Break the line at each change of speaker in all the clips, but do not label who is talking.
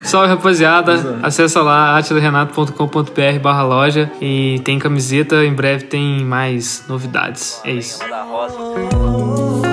Salve, rapaziada. Acessa lá atilarenato.com.br barra loja e tem camiseta. Em breve tem mais novidades. É isso.
Da roça.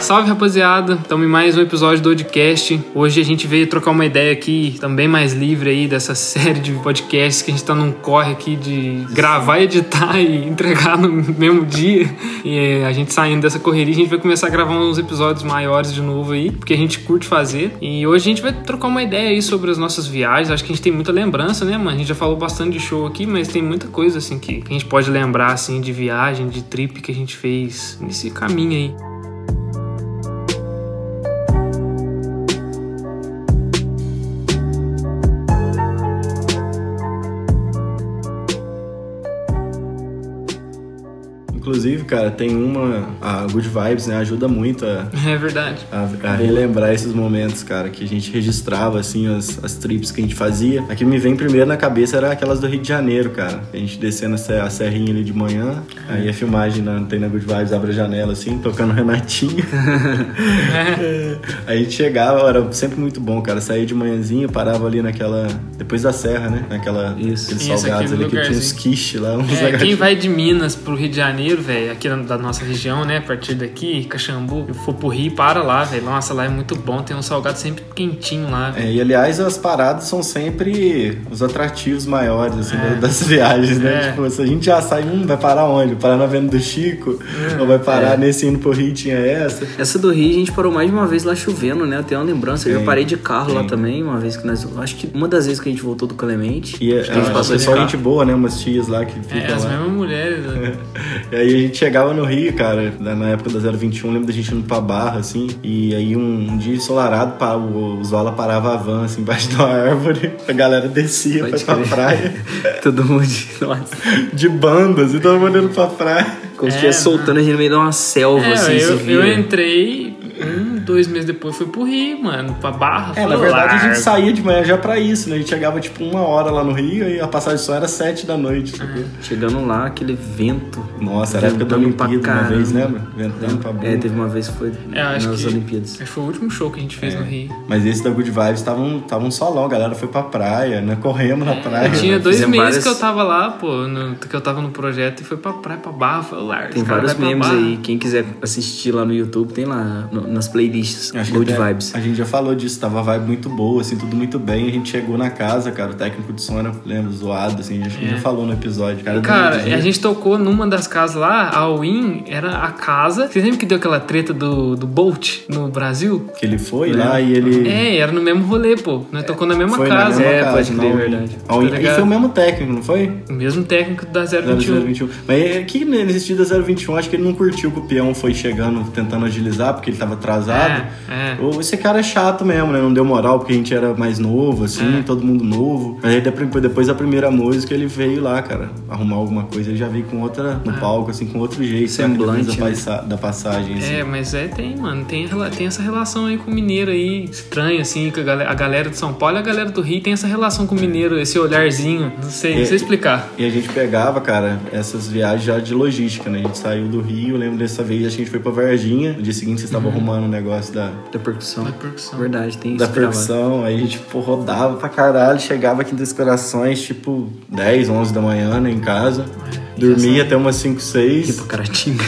Salve rapaziada, estamos em mais um episódio do podcast. Hoje a gente veio trocar uma ideia aqui, também mais livre aí dessa série de podcasts que a gente tá num corre aqui de gravar, editar e entregar no mesmo dia. E eh, a gente saindo dessa correria, a gente vai começar a gravar uns episódios maiores de novo aí, porque a gente curte fazer. E hoje a gente vai trocar uma ideia aí sobre as nossas viagens. Acho que a gente tem muita lembrança, né, mano? A gente já falou bastante de show aqui, mas tem muita coisa assim que, que a gente pode lembrar assim de viagem, de trip que a gente fez nesse caminho aí.
Inclusive, cara, tem uma. A Good Vibes, né? Ajuda muito a,
É verdade.
a- a relembrar esses momentos, cara, que a gente registrava, assim, as, as trips que a gente fazia. A que me vem primeiro na cabeça era aquelas do Rio de Janeiro, cara. A gente descendo a ser- a serrinha ali de manhã, aí a filmagem na antena Good Vibes abre a janela, assim, tocando Renatinho.
É,
a gente chegava, era sempre muito bom, cara. Saía de manhãzinha, parava ali naquela. Depois da serra, né? Naquela. Aqueles
Isso.
Isso, aquele
salgados ali que tinha uns
lugarzinho.
quiches lá, uns
É, quem
agachinhos.
vai de Minas pro Rio de Janeiro, velho, aqui na- da nossa região, né, a partir daqui, Caxambu, eu for pro Rio, para lá, velho. Nossa, lá é muito bom, tem um salgado sempre quentinho lá, velho.
É, e aliás, as paradas são sempre os atrativos maiores assim,
É.
da- das viagens, né?
É.
Tipo, se a gente já sai, hum, vai parar onde? Parar na Venda do Chico?
É.
Ou vai parar nesse indo pro Rio tinha essa?
Essa do Rio, a gente parou mais de uma vez lá chovendo, né? Eu tenho uma lembrança. Eu já
Sim,
parei de carro lá
sim.
também, uma vez que nós. Acho que uma das vezes que a gente voltou do Clemente.
E é,
acho que a gente passou
é,
de
só
carro.
gente boa, né? Umas tias lá que
É,
ficam
as
lá.
mesmas mulheres, né?
E aí a gente chegava no Rio, cara, na na época da 021, lembro da gente indo pra Barra, assim, e aí um, um dia ensolarado, pá, o, o Zola parava a van, assim, embaixo de uma árvore, a galera descia
Pode
pra, pra
crer.
praia,
Todo mundo. de- Nossa.
de bandas, e todo mundo indo pra praia.
Como se estivesse soltando a gente no meio de uma selva,
É,
assim, se
eu, eu
vira.
entrei um, dois meses depois, fui pro Rio, mano, pra Barra.
É,
fui
na verdade a
lá.
gente saía de manhã já pra isso, né? A gente chegava tipo uma hora lá no Rio e a passagem só era sete da noite.
É.
sacou?
Chegando lá, aquele vento. É,
Nossa, era a época da
Ventando pra
Olimpíada uma
caramba.
vez, né, lembra? Ventando pra
É,
bunda.
teve uma vez que foi
É, acho
nas
que-
Olimpíadas.
Acho que Foi o último show que a gente fez
É.
no Rio.
Mas esse da Good Vibes tava um, tava um solão, a galera foi pra praia, né? Corremos na praia.
Eu tinha dois
É, fizemos
meses
várias-
que eu tava lá, pô, no- que eu tava no projeto e foi pra praia, pra Barra, foi largo.
Tem vários memes aí. Quem quiser assistir lá no YouTube, tem lá no- nas playlists.
Acho que
Gold
até
Vibes.
A gente já falou disso, tava a vibe muito boa, assim, tudo muito bem. A gente chegou na casa, cara, o técnico de som era, lembro, zoado, assim, acho que já falou no episódio. Cara,
É. Cara,
doido,
a
né?
gente tocou numa das casas lá, a Win era a casa. Vocês lembram que deu aquela treta do, do Bolt no Brasil?
Que ele foi lá e ele...
É, era no mesmo rolê, pô. Nós tocou na mesma
Foi
casa.
na mesma
É,
casa,
pode crer,
não,
verdade.
Ao-
Tá
E
ligado?
foi o mesmo técnico, não foi?
O mesmo técnico da 021.
021. Mas é que nesse dia da 021, acho que ele não curtiu que o peão foi chegando, tentando agilizar, porque ele tava atrasado.
É, é.
Ou Esse cara é chato mesmo, né? Não deu moral, porque a gente era mais novo,
É.
assim, todo mundo novo. Mas aí depois depois da primeira música ele veio lá, cara, arrumar alguma coisa. Ele já veio com outra no
É.
palco, assim, com outro jeito. né?
Semblante,
Depois da,
né?
paisa- da passagem, assim.
É, mas é, tem, mano. Tem, rela- tem essa relação aí com o mineiro aí, estranha, assim, que a galera, a galera de São Paulo e a galera do Rio tem essa relação com o mineiro, esse olharzinho. Não sei,
É.
não sei explicar.
E a gente pegava, cara, essas viagens já de logística, né? A gente saiu do Rio, eu lembro dessa vez, acho que a gente foi pra Varginha. No dia seguinte, vocês
Uhum.
estavam arrumando o negócio da,
Da percussão.
Da percussão.
Verdade, tem isso.
da
gravado.
percussão, aí a gente tipo, rodava pra caralho, chegava aqui em Descorações, tipo, 10, 11 da manhã, né, em casa. Dormia até umas 5, 6.
Tipo, Caratinga.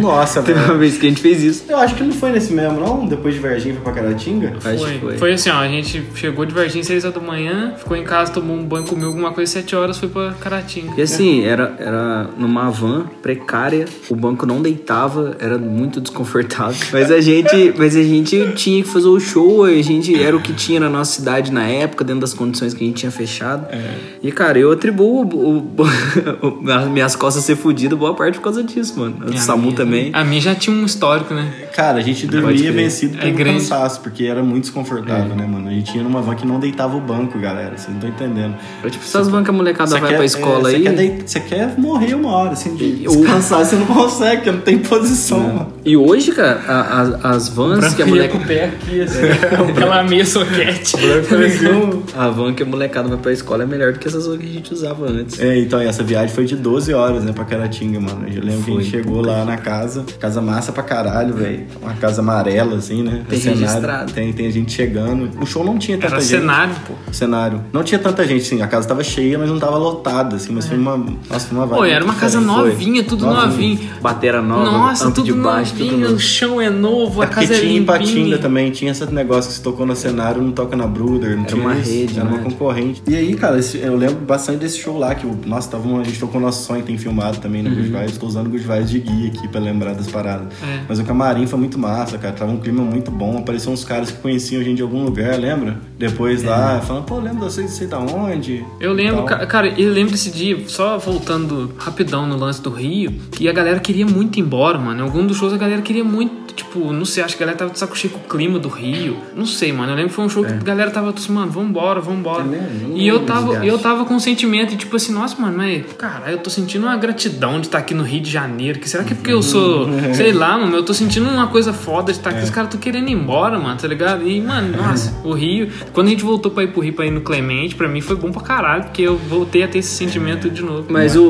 Nossa,
Teve uma
velho.
vez que a gente fez isso.
Eu acho que não foi nesse mesmo, não? Depois de Verginha foi pra Caratinga?
Acho que
Foi. Foi assim, ó, a gente chegou de Varginha às 6 horas da manhã, ficou em casa, tomou um banho, comeu alguma coisa às 7 horas, foi pra Caratinga.
E assim, era, era numa van precária, o banco não deitava, era muito desconfortável. Mas a gente, mas a gente tinha que fazer o show, a gente era o que tinha na nossa cidade na época, dentro das condições que a gente tinha fechado.
É.
E cara, eu atribuo o- o- as minhas costas ser fodidas boa parte por causa disso, mano.
É,
O
E a
Samu
minha-
também.
A minha já tinha um histórico, né?
Cara, a gente
Pode
dormia
crer.
vencido por
É
um
grande.
cansaço, porque era muito desconfortável, né, mano? A gente ia numa van que não deitava o banco, galera. Vocês não estão entendendo.
Eu, tipo, essas bancas a molecada vai pra escola
é,
aí.
Você quer, deit- você quer morrer uma hora, assim, de
O-
descansar, você não consegue, porque não tem posição, mano.
E hoje, cara, a- a- as vans
é
que é a molecada.
pé aqui, assim. Aquela meia soquete.
assim, A van que a molecada vai pra escola é melhor do que essas van que a gente usava antes.
É, então, essa viagem foi de 12 11 horas, né, pra Caratinga, mano. Eu lembro que a
Foi,
gente chegou lá na casa, casa massa pra caralho, velho. Uma casa amarela, assim, né?
Tem
cenário,
registrado.
Tem, tem gente chegando. O show não tinha tanta
Era
gente.
cenário, pô.
Cenário. Não tinha tanta gente, sim. A casa tava cheia, mas não tava lotada, assim. Mas foi uma. Nossa, foi uma vibe
É. Pô, era
muito
uma casa
diferente. Foi.
novinha, tudo
Novinho.
novinho.
Batera nova,
Nossa,
amp
tudo
de baixo, tudo
novinho,
novo.
o chão é novo,
É
a
porque
casa é
tinha em
limpinha.
Patinga também, tinha esse negócio que se tocou no cenário, não toca na Bruder, não
Era
tinha
uma
isso,
rede,
era
né?
uma concorrente. E aí, cara, esse- eu lembro bastante desse show lá, que, o- nossa, tava uma, a gente tocou nosso sonho, tem filmado também
Uhum.
no Good Vibes, tô usando Good Vibes de guia aqui pra lembrar das paradas.
É.
Mas o camarim foi muito massa, cara, tava um clima muito bom, apareciam uns caras que conheciam a gente de algum lugar, lembra?
É.
Depois lá, falando, pô, lembra vocês, sei da onde?
Eu lembro,
Então,
ca- cara, eu lembro desse dia, só voltando rapidão no lance do Rio, que a galera queria muito ir embora, mano. Em algum dos shows a galera queria muito, tipo, não sei, acho que a galera tava de saco cheio com o clima do Rio. Não sei, mano. Eu lembro que foi um show que a galera tava tipo assim, mano, vambora, vambora.
É mesmo? Não
e eu
lembro
tava,
desse
eu
gasto.
tava com um sentimento, tipo assim, nossa, mano, mas, caralho, eu tô sentindo uma gratidão de estar aqui no Rio de Janeiro. Que será que é porque
Uhum.
eu sou, sei lá, mano, eu tô sentindo uma coisa foda de estar aqui.
É.
Os caras tão querendo ir embora, mano, tá ligado? E, mano, nossa, o Rio. Quando a gente voltou pra ir pro Rio pra ir no Clemente, pra mim foi bom pra caralho, porque eu voltei a ter esse sentimento de novo.
Mas o,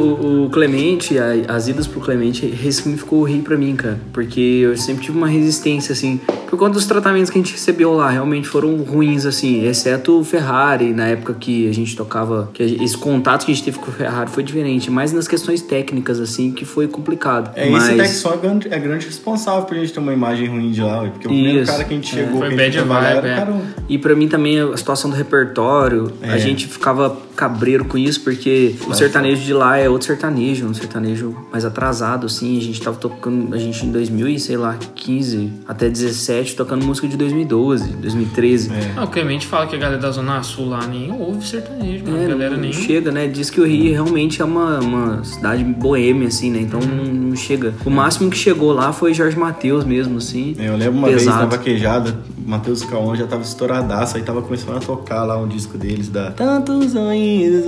o Clemente, a- as idas pro Clemente ressignificou o Rio pra mim, cara. Porque eu sempre tive uma resistência, assim. Por conta dos tratamentos que a gente recebeu lá, realmente foram ruins, assim. Exceto o Ferrari, na época que a gente tocava. Que a gente- esse contato que a gente teve com o Ferrari foi diferente. Mas nas questões técnicas, assim, que foi complicado.
É,
mas...
esse Tech Só é grande, é grande responsável por gente ter uma imagem ruim de lá, ué, porque o primeiro
Isso. É.
cara que a gente chegou,
Foi
que a gente
bad
trabalhava,
vibe,
era o
é.
cara-
E pra mim também a situação do repertório,
É.
a gente ficava cabreiro com isso, porque o sertanejo de lá é outro sertanejo, um sertanejo mais atrasado, assim. A gente tava tocando, a gente em 2000 e sei lá, 15 até 17, tocando música de 2012, 2013. É.
Ah, o Clemente fala que a galera da Zona Sul lá nem ouve sertanejo, mano. a galera
É, não
nem.
chega, né? Diz que o Rio
Uhum.
realmente é uma, uma cidade boêmia, assim, né? Então não, não chega. O máximo que chegou lá foi Jorge Mateus mesmo, assim.
É, Eu lembro uma vez na
pesado.
vaquejada, o Matheus Caon já tava estouradaço, aí tava começando a tocar lá um disco deles da Tantos Aindos,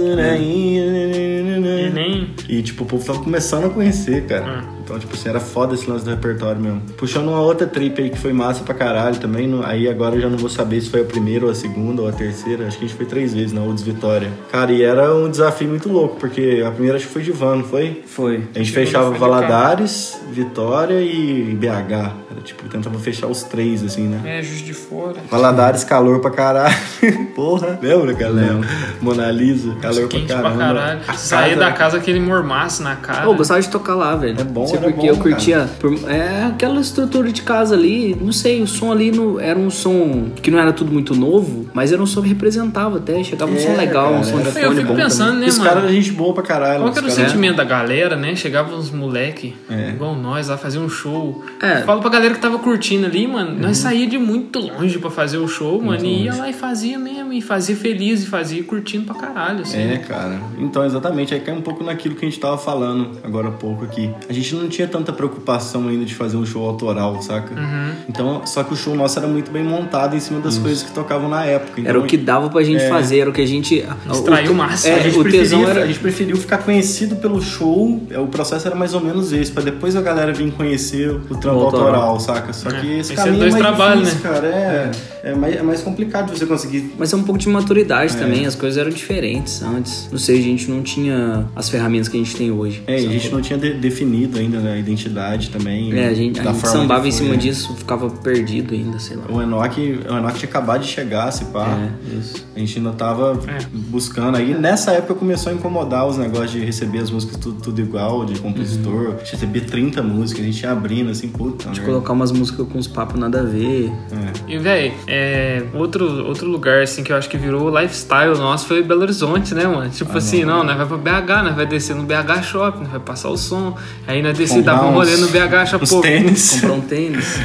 E
né?
nem.
E tipo, o povo tava começando a conhecer, cara. Então, tipo assim, era foda esse lance do repertório mesmo. Puxando uma outra trip aí que foi massa pra caralho também. não- aí agora eu já não vou saber se foi a primeira ou a segunda ou a terceira. Acho que a gente foi três vezes na Olds Vitória. Cara, e era um desafio muito louco, porque a primeira acho que foi de van, não foi?
Foi.
A gente
Segunda
fechava
foi de
Valadares, Vitória e BH. Era, tipo, tentava fechar os três, assim, né?
É, justo de fora.
Valadares, calor pra caralho. Porra. Lembra, galera? Mona Lisa, calor pra
Quente
caramba.
pra caralho.
A
Sair
casa-
da casa aquele mormaço na cara.
Pô, eu gostava de tocar lá, velho.
É bom,
não sei
era
porque
bom,
eu curtia. por- é aquela estrutura de casa ali, não sei, o som ali no, era um som que não era tudo muito novo, mas era um som que representava até. Chegava um
É,
som legal,
cara,
um som de
era
Eu
fone
fico
bom.
pensando, né,
Os
mano?
caras eram gente boa pra caralho.
Qual que era o
os caras-
sentimento da galera, né? Chegavam uns moleque,
É.
igual nós, lá fazer um show.
É.
Falo pra galera que tava curtindo ali, mano. Nós
Uhum.
saía de muito longe pra fazer o show, mano. E ia lá e fazia mesmo. E fazia feliz, e fazia curtindo pra caralho, assim.
É, cara. Então, exatamente. Aí cai um pouco naquilo que a gente tava falando agora há pouco aqui. A gente não tinha tanta preocupação ainda de fazer um show autoral, saca?
Uhum.
Então, só que o show nosso era muito bem montado em cima das coisas que tocavam na época. Então,
Era o que dava pra gente fazer, era o que a gente.
Extraiu
o-
o máximo.
É,
a gente,
o tesão
preferia- a
era.
gente preferiu ficar conhecido pelo show. é, O processo era mais ou menos esse, pra depois a galera vir conhecer o trampo
O autoral.
autoral, saca? Só que
Esse
esse
é
caminho é
dois
mais
trabalhos,
difícil, cara. É, é mais, é mais complicado de você conseguir
Mas é um pouco de maturidade também, as coisas eram diferentes antes. Não sei, a gente não tinha as ferramentas que a gente tem hoje.
É, e a
sabe?
gente não tinha de- definido ainda né, a identidade também.
É, a gente, a
da
gente
forma
sambava
que
em
foi,
cima
né?
disso, ficava perdido ainda, sei lá.
O Enoch, o Enoch tinha acabado de chegar, se pá.
É, isso.
A gente ainda tava
É.
buscando aí. Nessa época começou a incomodar os negócios de receber as músicas tudo, tudo igual, de compositor. A gente recebia 30 músicas, a gente ia abrindo assim, puta.
De
merda.
colocar umas músicas com uns papos nada a ver.
É.
E, véi, é, outro, outro lugar, assim, que eu acho que virou lifestyle nosso foi Belo Horizonte, né, mano?
Ah,
Tipo assim, não, nós vai pra BH, nós vai descer no BH Shopping, nós vai passar o som. Aí nós descer,
Comprar
dava um rolê
uns-
no BH Shopping.
Os
pô,
tênis.
Comprar um tênis.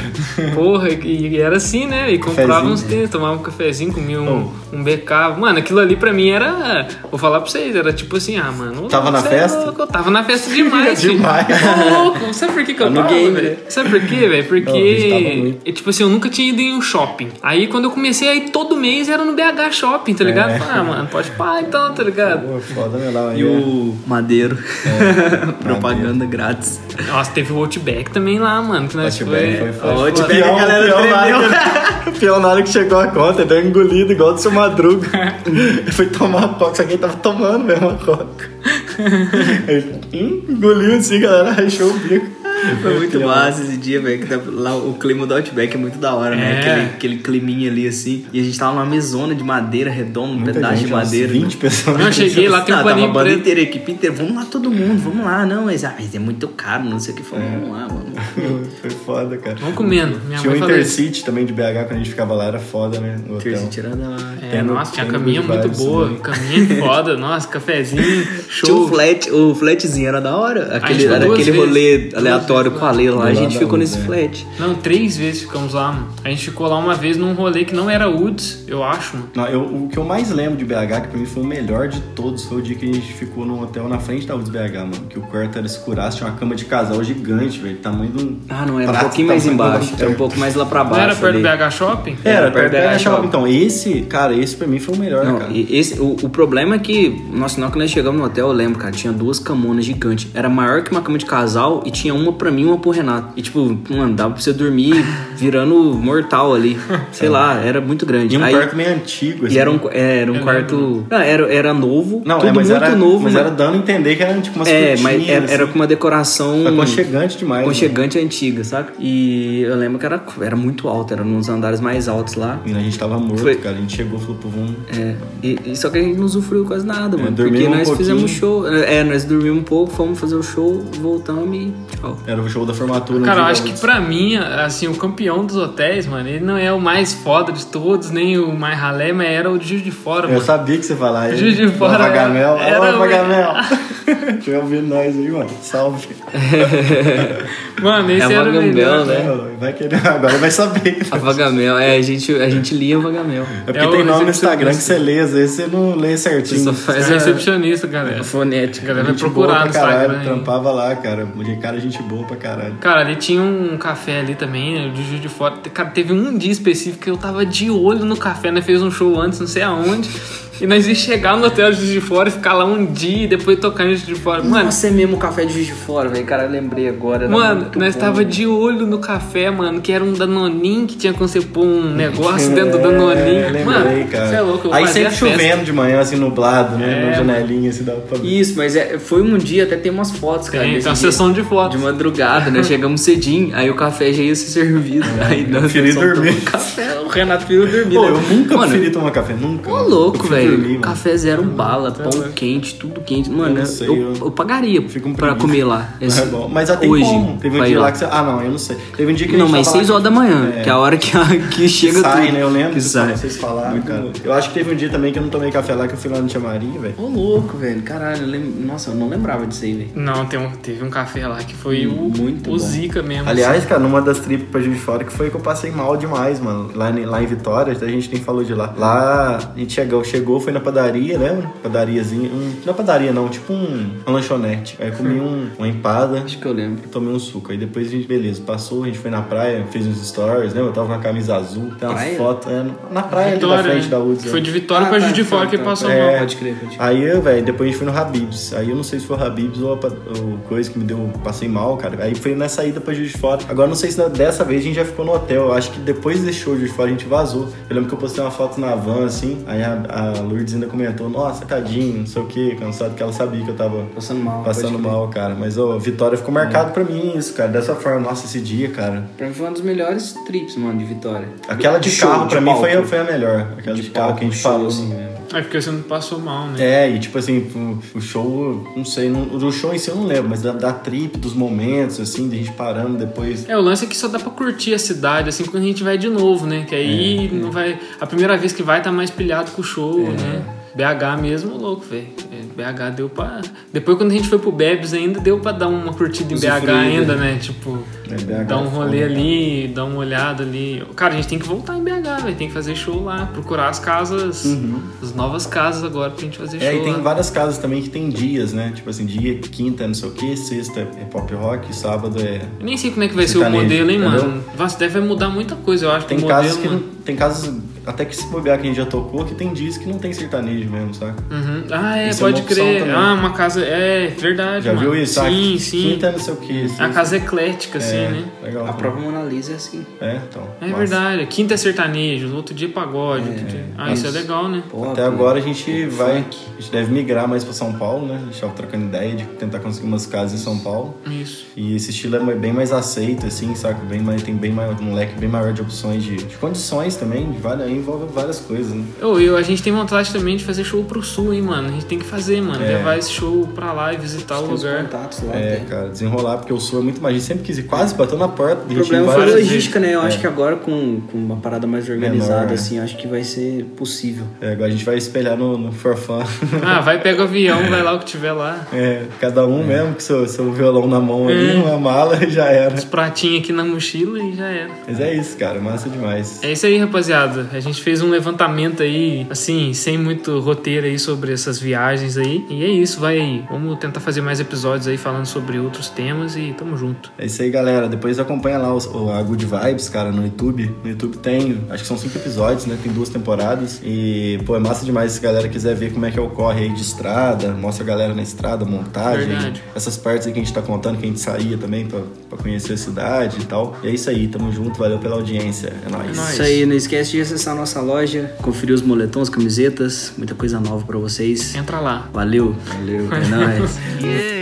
Porra, e e era assim, né? E comprava
Cafezinho, Oh.
uns tênis, tomava um cafezinho, comia um, um BK. Mano, aquilo ali pra mim era. Vou falar pra vocês, era tipo assim, ah, mano.
Tava na
cê é
festa?
louco, eu tava na festa demais, filho.
Demais.
Ô, louco, sabe por que, que eu
No
tava,
game,
velho?
né?
Sabe por quê, velho?
Não, a gente tava
Porque.
muito.
é, tipo assim, eu nunca tinha ido em um shopping. Aí quando eu comecei a ir todo mês era no BH Shopping, tá ligado?
É.
Ah, mano, pode pá então, tá ligado?
Pô, foda, né, lá,
um E
é.
o Madeiro. É. Propaganda grátis.
Nossa, teve o Outback também lá, mano. Que nós
Tá Outback foi
foi,
foda.
Outback, a
Pior,
galera
pior,
tremeu.
lá, Pela na hora que chegou a conta, deu engolido igual do seu madruga. Ele foi tomar a coca, só que ele tava tomando mesmo a coca. Ele hum, engoliu assim, galera, rachou o bico.
Foi muito massa esse dia, velho. que tá- Lá o clima do Outback é muito da hora, né?
É.
Aquele, aquele climinha ali assim. E a gente tava numa mesona de madeira redonda, um
Muita
pedaço
gente,
de
umas
madeira.
20 pessoas.
Eu cheguei lá, tem um
Não, Ah, tava a
paninho
banda
preto.
inteira, a equipe inteira. Vamos lá todo mundo, vamos lá. Não, mas, ah, mas é muito caro, não sei o que. Falou,
É.
vamos lá, mano.
Então. Foi foda, cara.
Vamos comendo. Minha
Tinha o
mãe falou isso.
Intercity também de BH quando a gente ficava lá, era foda, né? No hotel.
Terceiro tirada lá.
É,
Tem no-
nossa, tinha
tem no
caminha
Good
muito
Vibes
boa.
também.
Caminha foda, nossa, cafezinho,
né? Tinha um
show.
o flat, o flatzinho era da hora.
foi
Aquele, era
Ah, tipo, duas
aquele
vezes.
rolê
Duas
aleatório
vezes
com a Leila lá.
Do
A
lado
gente
da
ficou
outra,
nesse
né?
flat.
Não, três vezes ficamos lá, mano. A gente ficou lá uma vez num rolê que não era Woods, eu acho, mano.
Não, eu- o que eu mais lembro de BH, que pra mim foi o melhor de todos, foi o dia que a gente ficou num hotel na frente da UDS BH, mano. Que o quarto era escuraço, tinha uma cama de casal gigante, velho. Tamanho de um.
Ah, não, era um
prato,
pouquinho mais
tamanho de É,
embaixo. Era um pouco mais lá pra
Não
baixo.
era perto
ali.
do BH Shopping?
Era,
Era perto
perto da
da
Shopping.
Shopping.
Então, esse, cara, esse pra mim foi o melhor,
Não,
cara.
e esse, o, o problema é que, nossa, na hora que nós chegamos no hotel, eu lembro, cara, tinha duas camonas gigantes. Era maior que uma cama de casal e tinha uma pra mim e uma pro Renato. E tipo, mano, dava pra você dormir virando mortal ali. Sei lá, era muito grande.
É. E um
Aí-
quarto meio antigo, assim.
e era um, é, era um quarto. Não, era, era novo.
Não,
tudo
é, mas
muito
era,
novo.
mas
mas-
era dando a entender que era tipo umas
É,
cortinas,
mas era, era com uma decoração.
assim. aconchegante demais. mano.
Conchegante antiga, saca? E eu lembro que era, era muito alto, era nos andares mais altos lá.
E assim. a gente tava morto,
Foi-
cara. A gente chegou e falou, pô, vamos.
É, e, e só que a gente não usufruiu quase nada, mano.
dormimos
porque
um
nós
pouquinho.
fizemos show. É, nós dormimos um pouco, fomos fazer o show, voltamos e tchau.
Era o show da formatura.
Cara, eu
eu
acho que pra mim, assim, o campeão dos hotéis, mano, ele não é o mais foda de todos, nem o mais ralé, mas era o de Juiz de Fora,
Eu
mano.
sabia que você ia falar.
Juiz de Fora era-
Vagamel.
era
Era
o-
Vagamel. Tiver ouvindo nós aí, mano. Salve.
Mano, esse
É
era o
Vagabel,
melhor.
né?
Vai querer. Agora vai saber.
A Vagamel, é, a gente, a gente lia a Vagamel.
É porque
É o
tem nome no
recepcionista.
Instagram que você lê, às vezes você não lê certinho.
Só faz
Esse é
a
recepcionista, galera. A
fonética.
galera vai
Gente
procurar
boa
no
pra caralho,
Instagram. hein?
Trampava lá, cara. De cara, gente boa pra caralho.
Cara, ali tinha um café ali também, né, de Juiz de Fora. Cara, teve um dia específico que eu tava de olho no café, né? Fez um show antes, não sei aonde. E nós ia chegar no hotel de Juiz de Fora e ficar lá um dia e depois tocar em Juiz de Fora. Mano,
Nossa, é mesmo o café de Juiz de Fora, velho. Cara, eu lembrei agora. né, era
Mano,
muito
nós
bom.
tava de olho no café, mano, que era um Danoninho que tinha como você pôr um negócio dentro do Danoninho.
É, lembrei,
um mano,
cara.
você é louco, eu
Aí
fazia
sempre
festa.
chovendo de manhã, assim, nublado, né?
É,
Na janelinha, assim, dá pra ver.
Isso, mas é- foi um dia, até tem umas fotos, cara.
Tem,
desse
tem uma
dia.
então, sessão de
De
fotos.
madrugada, né? Chegamos cedinho, aí o café já ia ser servido. aí nós
É, preferi
só tomamos
dormir.
café, o Renato preferiu dormir.
Pô,
né?
eu nunca
Mano,
preferi tomar café, nunca.
Ô
mano. Eu
louco,
prefiro dormir,
velho.
mano.
Café zero um bala, pão quente, tudo quente. Mano,
não
eu,
sei, eu-
eu, pagaria
Fico com
pra
preguiça.
comer lá.
Mas, é bom. mas até
hoje.
como. Teve um
pra ir
dia lá que você... Ah, não, eu não sei. Teve um dia que a
Não,
gente
mas
tava lá
6 horas da manhã,
É.
que é a hora que, que
que
chega
sai,
tudo.
né? Eu lembro
que
disso,
sai.
vocês falaram, cara. Eu acho que teve um dia também que eu não tomei café lá, que eu fui lá no Tia Maria, velho.
Ô louco, velho. Caralho, eu lem- nossa, eu não lembrava disso aí, velho.
Não, tem um- teve um café lá que foi o,
Muito
o
bom.
Zica mesmo.
Aliás, cara, numa das trips pra Juiz de Fora que foi que eu passei mal demais, mano. Lá, em- lá em Vitória, até a gente nem falou de lá. Lá a gente chegou, chegou, foi na padaria, né? Padariazinha. Um, não é padaria, não, tipo um, uma lanchonete. Aí eu comi um, uma empada.
Acho que eu lembro.
e Tomei um suco. Aí depois a gente, beleza, passou, a gente foi na praia, fez uns stories, né? Eu tava com uma camisa azul, tem umas
Praia?
fotos. é, na praia ali
Vitória,
da frente
né?
da UDS.
Foi de Vitória
Ah,
pra
tá,
Juiz de
tá,
Fora
tá,
que
tá.
passou
É.
mal.
Pode crer, pode crer.
Aí, eu, velho, depois a gente foi no Habibs. Aí eu não sei se foi o Habibs ou a, pa- ou coisa que me deu. Passei mal, cara. Aí foi nessa ida pra Juiz de Fora. Agora não sei se na- dessa vez a gente já ficou no hotel. Eu acho que depois desse show de Juiz de Fora a gente vazou. Eu lembro que eu postei uma foto na van, assim. Aí a, a Lourdes ainda comentou: Nossa, tadinho, não sei o que, cansado, que ela sabia que eu tava.
Passando mal.
Passando
pode crer. É.
mal, cara. Mas, ô, Vitória ficou marcado pra mim isso, cara. Dessa forma, nossa, esse dia, cara.
Pra mim foi um dos melhores trips, mano, de Vitória.
Aquela de,
show,
carro,
de
pra mim, foi, a-
palco.
foi a melhor. Aquela de, carro que a gente
show,
falou.
assim, né?
É porque você não passou mal, né?
É, e tipo assim, o, o show, não sei, não, do show em si eu não lembro, mas da, da trip, dos momentos, assim, de gente parando depois.
É, o lance é que só dá pra curtir a cidade, assim, quando a gente vai de novo, né? Que
É,
aí não vai. A primeira vez que vai tá mais pilhado com o show, né? BH mesmo, louco, velho. É, BH deu pra. Depois quando a gente foi pro Bebs ainda, deu pra dar uma curtida em BH
Usufruir,
ainda, né? Tipo,
É, BH
dar um
é
rolê
foda.
ali, dar uma olhada ali. Cara, a gente tem que voltar em BH, velho. Tem que fazer show lá, procurar as casas, as novas casas agora pra gente fazer
Uhum. É,
show. né?
e tem
lá.
várias casas também que tem dias, né? Tipo assim, dia, quinta, não sei o que, sexta é pop rock, sábado é.
Eu nem sei como é que vai ser o
Sertanejo,
modelo, hein,
tá entendeu?
mano. Nossa, deve mudar muita coisa, eu acho,
Tem
que o modelo, né?
casas que.
mano.
não- Tem casas. até que se bobear que a gente já tocou, que tem dias que não tem sertanejo mesmo, saca?
Uhum. Ah, é,
Isso é uma
pode
opção
crer.
também.
Ah, uma casa. É, verdade.
Já
mano.
viu isso? Ah,
Sim,
qu-
sim.
Quinta não sei o que.
É a casa eclética, assim,
é,
né?
Legal.
A própria Mona Lisa é assim.
É, então.
É
massa.
verdade. Quinta é sertanejo, no outro dia é pagode. outro dia- Ah, isso é legal, né?
Pô,
Até
cara.
agora a gente vai. A gente deve migrar mais pra São Paulo, né? A gente tava trocando ideia de tentar conseguir umas casas em São Paulo.
Isso.
E esse estilo é bem mais aceito, assim, saca? Bem mais, tem bem mais, um leque bem maior de opções, de, de condições também, de várias, envolve várias coisas, né?
Eu, eu, a gente tem vontade também de fazer show pro sul, hein, mano? A gente tem que fazer, mano.
É.
Levar esse show pra lá e visitar o
Tem os
Tá lugar.
contatos lá.
É,
tem.
cara, desenrolar, porque o sul é muito mais. A gente sempre quis ir, quase bateu na porta.
O problema foi a
várias
logística, né? Eu
É.
acho que agora com, com uma parada mais organizada,
Menor, né?
assim, acho que vai ser possível.
É, agora a gente vai espelhar no, no forfã.
Ah, vai, pega o avião, vai lá o que tiver lá.
É, cada um mesmo, com seu, seu violão na mão
É.
ali, uma mala e já era.
Os pratinhos aqui na mochila e já era.
Mas é isso, cara, massa demais.
É isso aí, rapaziada. A gente fez um levantamento aí, assim, sem muito roteiro aí sobre essas viagens aí. E é isso, vai aí. Vamos tentar fazer mais episódios aí falando sobre outros temas e tamo junto.
É isso aí, galera. Depois acompanha lá os- o, a Good Vibes, cara, no YouTube. No YouTube tem, acho que são cinco episódios, né? Tem duas temporadas. E, pô, é massa demais se a galera quiser ver como é que ocorre aí de estrada. Mostra a galera na estrada, montagem.
Verdade.
Essas partes aí que a gente tá contando, que a gente saía também pra, pra conhecer a cidade e tal. E é isso aí, tamo junto, valeu pela audiência. É nóis.
É nóis.
Isso aí, não esquece de acessar a nossa loja, conferir os moletons, camisetas, muita coisa nova pra vocês.
Entra lá.
Valeu. Valeu. É nóis.
Yeah.